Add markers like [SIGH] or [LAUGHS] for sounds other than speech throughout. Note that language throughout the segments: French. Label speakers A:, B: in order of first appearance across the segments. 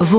A: Vous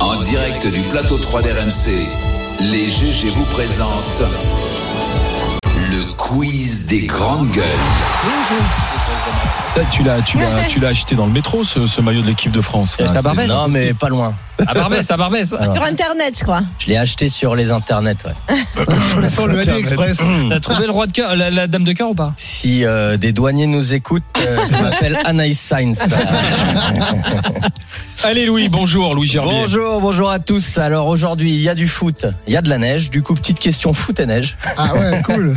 B: En direct du plateau 3 d'RMC, les GG vous présentent le quiz des grandes gueules.
C: Là, Eh, tu l'as, tu
D: [LAUGHS]
C: l'as, tu l'as acheté dans le métro, ce, ce maillot de l'équipe de France. hein,
D: Tu l'as acheté à
C: C'est-
D: Barbès
E: Ah, Non, mais pas loin.
D: À Barbès, à Barbès.
C: Ah
E: Alors,
F: Sur Internet, je crois.
E: je l'ai acheté sur les internets. Ouais.
D: Attends, le AliExpress. T'as trouvé le roi de cœur, la, la dame de cœur ou pas
E: Si euh, des douaniers nous écoutent, euh, je m'appelle Anaïs Sainz.
C: Allez Louis, bonjour Louis Gerbier.
E: bonjour, bonjour à tous. Alors aujourd'hui, il y a du foot, il y a de la neige. Du coup, petite question foot et neige.
G: Ah ouais, cool.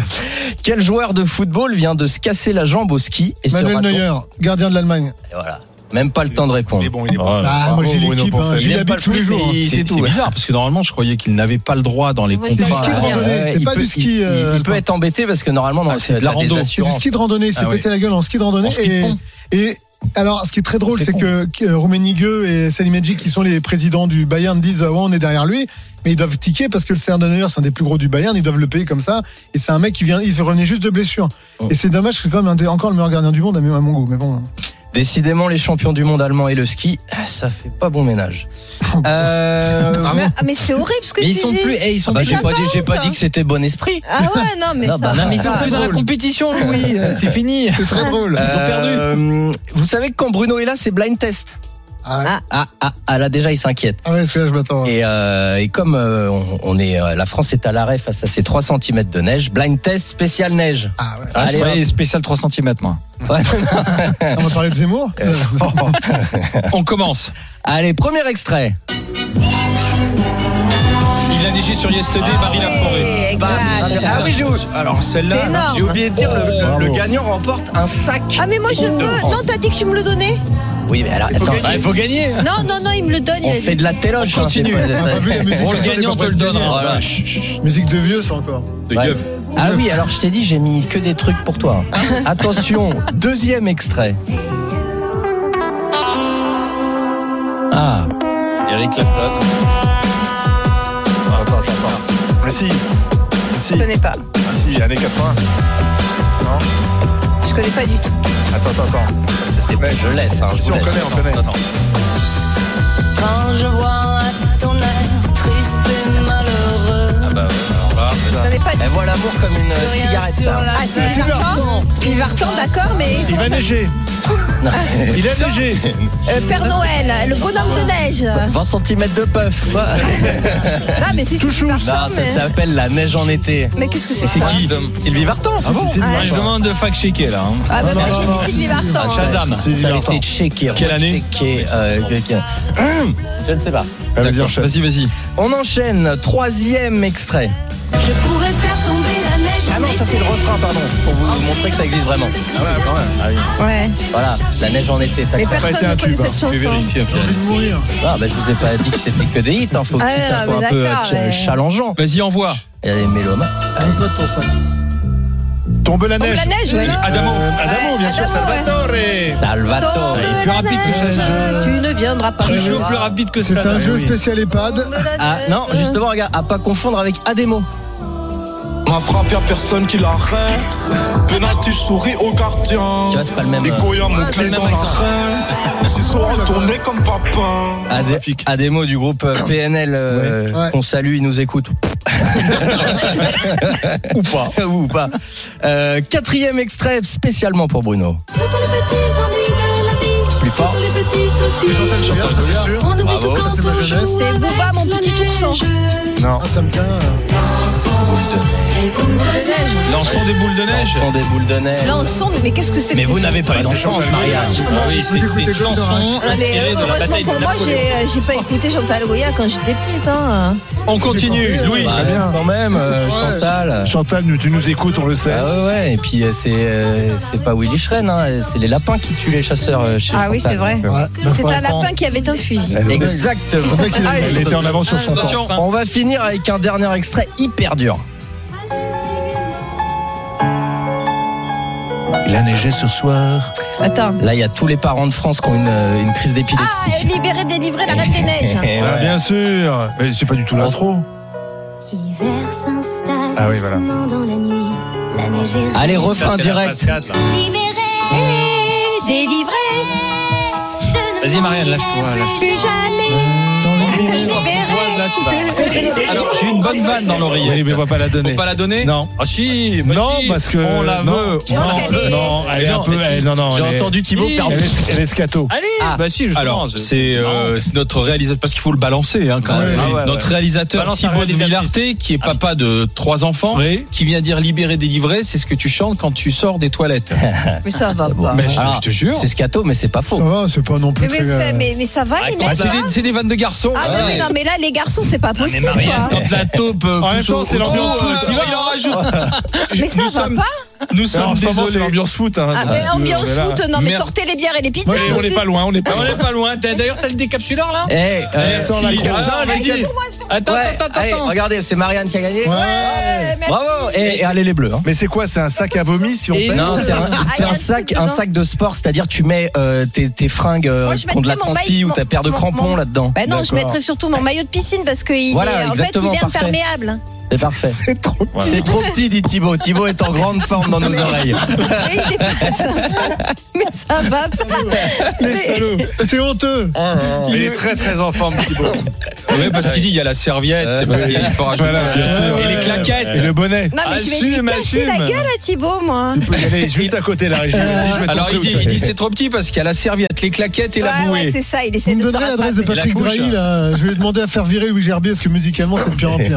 E: Quel joueur de football vient de se casser la jambe au ski et
G: Manuel
E: sera
G: Neuer, gardien de l'Allemagne.
E: Voilà. Même pas le temps de répondre.
H: Il est bon, il est bon.
C: Ah,
G: Ah, moi j'ai l'équipe, hein,
E: Il
G: j'ai
E: aime pas
G: l'habitude
E: le
G: tous
E: foot,
G: les jours.
E: mais
G: hein.
E: il-
C: C'est
E: c'est
C: c'est
E: tout, ouais.
C: bizarre parce que normalement je croyais qu'il n'avait pas le droit dans les
F: Oui,
C: contrats.
G: C'est du ski de
E: Ouais,
G: randonnée,
E: ouais,
G: c'est
E: il
G: pas
E: peut-
G: du ski.
E: il-
G: euh,
E: Il peut être embêté parce que normalement,
C: Ah,
E: non,
C: c'est de
E: c'est
C: la
E: la
C: rando.
E: des
G: c'est du
E: assurances.
G: ski de randonnée, c'est
E: Ah ouais.
G: péter la gueule en ski de randonnée.
C: En ski de
G: Et,
C: fond.
G: et alors, ce qui est très drôle,
C: C'est
G: c'est
C: con.
G: que, que euh, Romain Gueux et Salim Medji, qui sont les présidents du Bayern, disent ah ouais, on est derrière lui, mais ils doivent tiquer parce que le CR de Neuer, c'est un des plus gros du Bayern, ils doivent le payer comme ça. Et c'est un mec qui vient, il revenait juste de blessure.
E: Oh.
G: Et c'est dommage, c'est quand même un des- encore le meilleur gardien du monde, à mon goût. Mais bon,
E: Décidément, les champions du monde allemand et le ski, ça fait pas bon [LAUGHS] ménage. Euh,
F: Mais, ah, mais c'est horrible ce que
D: Mais
F: tu
D: ils sont
F: dis.
D: plus. eh, ils sont
E: Ah bah,
D: plus-
E: j'ai pas dit, j'ai pas
F: honte,
E: dit que c'était bon esprit.
F: Ah ouais, non, mais
E: Ah,
F: ça.
E: bah, non,
D: mais ils sont
E: Ah,
D: plus dans la compétition, Louis.
C: [LAUGHS]
D: Euh, C'est fini.
G: c'est très drôle.
E: Euh, vous savez que quand Bruno est là, c'est blind test.
G: Ah, ouais.
E: Ah, ah, ah là déjà, il s'inquiète.
G: Ah ouais, parce que là, je m'attends.
E: Et, euh, et comme euh, on, on est, euh, la France est à l'arrêt face à ses 3 cm de neige, blind test spécial neige.
G: Ah ouais.
C: Ah, je
E: Allez,
C: croyais spécial 3 cm moi.
E: Ouais.
G: On va parler de Zemmour
E: [LAUGHS]
C: On commence.
E: Allez, premier extrait.
C: Il a neigé sur Yesterday,
D: Ah
C: Marie Laforêt.
F: Ouais, exact.
H: Bah,
E: ah oui, j'ai alors
F: C'est
E: celle-là,
F: énorme.
E: j'ai oublié de dire le- le, le
G: Bravo.
E: gagnant remporte un sac.
F: Ah, mais moi je
E: de
F: veux.
E: France.
F: Non, t'as dit que tu me le donnais
E: Oui, mais alors attends, bah,
C: Ah, Il faut gagner.
F: Non, non, non, il me le donne.
E: on
F: il a
E: fait
F: dit.
E: de la téloche.
C: On
E: hein, c'est
C: continue.
E: pas-
C: Pour le gagnant, on te le donnera.
E: Voilà.
G: [LAUGHS] Musique de vieux, ça encore.
E: Ouais. Ah oui, alors je t'ai dit, j'ai mis que des trucs pour toi. Attention, deuxième extrait. Ah,
C: Eric Clapton.
H: Attends, attends, attends. Mais si, si,
F: Je connais pas.
H: ah si, années 80.
F: Je connais pas du tout.
H: Attends, attends, attends.
E: ça, c'est
H: Mais-
E: je laisse. Hein, je
H: Si
E: vous
H: on
E: laisse.
H: connaît, on connaît.
I: Quand je vois ton air triste et malheureux,
C: Ah bah ouais, alors là.
F: Je connais pas du
E: Elle
F: tout.
E: voit l'amour comme une euh, Eh, cigarette.
I: sur
E: hein.
I: la
F: Ah, c'est
I: terre,
F: Sylvartan Sylvartan, d'accord, mais.
G: Il va neiger.
E: Non.
G: Il a neigé.
C: Ah
F: Euh, Père Noël, le bonhomme de neige.
E: 20 cm de puff. Quoi
F: Ah, mais c'est
E: [LAUGHS] Non,
F: Sylvartan.
E: ça
F: mais-
E: s'appelle la neige en été.
F: Mais qu'est-ce que c'est Ah,
C: C'est
F: ça
C: qui
E: Sylvie Vartan,
C: Ah bon
F: Sylvie
C: Ouais, Je
F: Vartan.
C: demande de fact-checker là. hein.
F: Ah, bah, moi
G: non, non,
F: j'ai dit Sylvartan.
C: Ah,
F: hein.
C: Shazam.
H: Sylvie
E: Ça a
H: Vartan.
E: été checké.
C: Quelle année
E: rechecké, euh, quelqu'un. Je ne sais pas.
H: Vas-y,
C: D'accord.
H: enchaîne.
C: Vas-y, vas-y.
E: On enchaîne, troisième extrait.
I: je pourrais faire tomber la neige.
E: Ah non, ça c'est le refrain, pardon, pour vous montrer que ça existe vraiment.
F: Ouais.
E: Voilà, la neige en été. tac,
F: Mais
E: tac.
F: personne ne connaît
H: hein.
F: cette chanson.
E: Ah bah je vous ai pas dit que c'était que des hits, hein. faut que
F: Ah,
E: ça
F: non,
E: soit
F: mais
E: un peu euh,
F: d'accord,
E: ch-
F: mais-
E: challengeant.
C: Vas-y, envoie.
E: Il y a les mélomanes.
H: Tombe la
F: Tombe
H: neige.
F: la neige, ouais.
C: Adamo.
H: Euh, Adamo, bien
F: Ouais,
H: sûr,
F: Adamo, ouais.
H: Salvatore.
E: Salvatore.
F: Tombe
C: est plus
F: la
C: rapide que
F: neige,
G: Shazam.
F: Tu ne viendras pas.
C: Truchot plus rapide que
G: C'est un
C: Stade.
G: jeu
H: oui.
G: spécial EHPAD.
E: Ah non, justement, regarde, à pas confondre avec Ademo.
J: Ma frappe, y'a personne qui l'arrête. Penalty, je souris au gardien.
E: Tu vois, c'est pas le même.
J: Les
E: euh,
J: goyas, mon clé
C: même
J: dans
C: accent.
J: l'arène. S'ils sont retournés comme papin.
E: Adé- Ademo du groupe euh, PNL euh,
G: Ouais. Ouais.
E: qu'on salue, il nous écoute. [LAUGHS] Ou pas. [LAUGHS] Ou pas. Euh, quatrième extrait spécialement pour Bruno. Plus fort.
G: C'est Chantal Goya, ça c'est sûr.
E: Bravo.
G: Ça, c'est ma jeunesse.
F: C'est Booba, mon petit ourson.
H: Non.
G: Ah, ça me tient. euh,
E: Boule de neige.
F: de neige.
D: Lançons des boules de neige.
E: Lançons des boules de neige.
F: L'ensemble, mais qu'est-ce que c'est que
E: Mais
F: ce-
E: vous n'avez Bah, pas eu de chance, Maria.
D: Ah oui, c'est c'est une chanson
F: Non, mais
D: inspirée de la
F: heureusement
D: bataille de
F: pour moi,
D: Napoléon.
F: j'ai euh, j'ai pas écouté Chantal Goya quand j'étais petite. Hein.
C: Bah,
D: On continue, Louis.
E: Bah,
G: c'est bien.
E: quand même, euh,
G: Ouais.
E: Chantal.
H: Chantal, nous- tu nous écoutes, on le sait.
E: Ah ouais, ouais, et puis euh, c'est euh, c'est pas Willy Schren, hein, c'est les lapins qui tuent les chasseurs euh, chez
F: Ah oui, c'est
E: Chantal.
F: vrai. C'est un lapin qui avait un fusil.
E: Exactement.
H: Elle était en avance sur son temps.
D: Attention.
E: On va finir avec un dernier extrait hyper dur.
H: Il a neigé ce soir.
F: Attends.
E: Là, il y a tous les parents de France qui ont une, euh, une crise
F: Ah,
E: d'épilepsie.
F: libérer, délivrer la reine
E: [LAUGHS]
F: des neiges.
E: Eh
H: Ah,
E: ouais.
H: bien sûr. Mais c'est pas du tout l'intro.
I: L'hiver s'installe
H: Ah oui, voilà.
I: doucement dans la nuit. La neige est
E: Allez,
I: raide.
E: refrain direct.
I: Libérée, délivrée. Je ne
D: Vas-y, Marianne,
I: m'en
D: lâche-toi,
I: irai
D: lâche-toi.
I: Plus jamais.
D: Antoine, là, tu vas- Alors, j'ai une bonne vanne dans l'oreille.
H: Oui, mais on va pas la
D: Faut
H: donner.
D: pas la donner
H: Non.
D: Ah si, bah
H: Non,
D: si,
H: parce que.
D: on la
H: non,
D: veut.
F: vois
H: Non,
F: qu'elle est-
H: non, elle est
D: Mais
H: un
D: non,
H: peu.
D: mais
H: elle- Non, non, elle
E: J'ai
H: est-
E: entendu Thibaut
D: Oui.
E: faire.
H: Elle est, elle est scato.
D: Allez,
E: Ah.
D: bah si, justement.
C: Alors,
D: je-
C: c'est euh, c'est notre réalisateur, parce qu'il faut le balancer hein, quand
H: Ouais,
C: même.
H: ouais, ouais.
C: notre réalisateur
D: Balance la
C: Thibaut de
D: réalisatrice.
C: Villarté, qui est papa de trois enfants,
D: Oui.
C: qui vient dire libéré, délivré, c'est ce que tu chantes quand tu sors des toilettes.
F: Mais ça va pas.
C: Mais je,
E: Alors,
C: je te jure.
E: ah, C'est scato, mais c'est pas faux.
G: Ça va, c'est pas non plus
F: Mais, mais,
G: très,
F: vous
G: euh,
F: savez, mais- mais ça va, les
C: Ah,
F: mecs
C: c'est
F: là
C: des, c'est des vannes de garçons.
F: Ah, mais,
C: Ouais.
F: oui, non, mais là, les garçons, c'est pas possible.
C: Marianne,
F: quoi.
C: quand la taupe euh,
H: En même
C: pousse
H: temps,
C: au-
H: c'est
C: au
H: l'ambiance
C: trou,
H: foot,
C: euh,
H: tu vois.
C: il en rajoute.
F: Mais ça
C: nous
F: va
C: sommes-
F: pas.
C: Nous
H: Alors, en
C: sommes
H: ce moment, c'est
C: désolés.
H: l'ambiance foot. Hein,
F: Ah,
H: si
F: mais
H: tu veux,
F: ambiance
H: mais là-
F: foot, non, mais
C: Merde.
F: sortez les bières et les pizzas.
H: Ouais, on
F: aussi.
H: n'est pas loin, on n'est pas
D: Ah. On
H: loin.
D: n'est pas loin. T'as- D'ailleurs, t'as le décapsuleur là
E: Eh, euh,
D: Eh,
E: sans la
D: si.
E: croix.
D: Ah,
E: Non,
D: vas-y.
E: vas-y.
C: Eh,
D: Attends,
E: Ouais,
D: attends, attends,
E: allez,
D: attends.
E: regardez, c'est Marianne qui a gagné.
F: Ouais, merci.
E: Bravo et, et allez les bleus. hein.
H: Mais c'est quoi C'est un sac à vomi si on
D: Et-
H: fait
E: Non, c'est un,
F: Ah,
E: c'est
F: il y a
E: un
F: un
E: sac,
F: truc
E: un
F: dedans.
E: sac de sport, c'est-à-dire tu mets euh, tes, tes fringues euh,
F: Moi, je
E: contre la
F: mettrais mon
E: transpi
F: mail-
E: ou ta paire de
F: mon-
E: crampons
F: mon-
E: là-dedans.
F: Bah non, je
H: D'accord.
F: mettrais surtout mon maillot de piscine parce qu'il
E: Voilà,
F: est, en fait, il
E: exactement,
F: est
E: parfait.
F: imperméable.
E: C'est
F: [LAUGHS]
E: parfait.
H: C'est trop.
E: C'est trop petit, dit Thibaut. Thibaut est en grande forme dans nos
F: [LAUGHS]
E: oreilles.
F: Et il est pas
H: [LAUGHS]
F: sympa. Mais ça va pas.
G: C'est honteux.
H: Mais il est très très en forme, Thibaut.
C: Oui, parce qu'il dit il y a la serviette,
E: Euh,
C: c'est parce qu'il y a l'effort à
H: Voilà, bien sûr.
C: Et les claquettes.
H: Et le bonnet.
F: Non, mais je vais lui
H: Assume,
F: casser la
H: assume.
F: gueule à Thibaut, moi.
H: Tu peux y aller juste à côté, la régie. Vas-y, je vais
C: Alors il
H: t'entrer
C: dit,
H: où ça
C: il dit, c'est trop petit parce qu'il y a la serviette, les claquettes et la
F: Ouais, ouais,
C: bouée.
F: c'est ça, il
G: Vous
F: essaie
G: me
F: de se
G: donnerez l'adresse
F: rattraper.
G: de Patrick
C: couche.
G: Drahi, là. Je vais lui demander à faire virer Louis Gerbier parce que musicalement, c'est de pire en pire.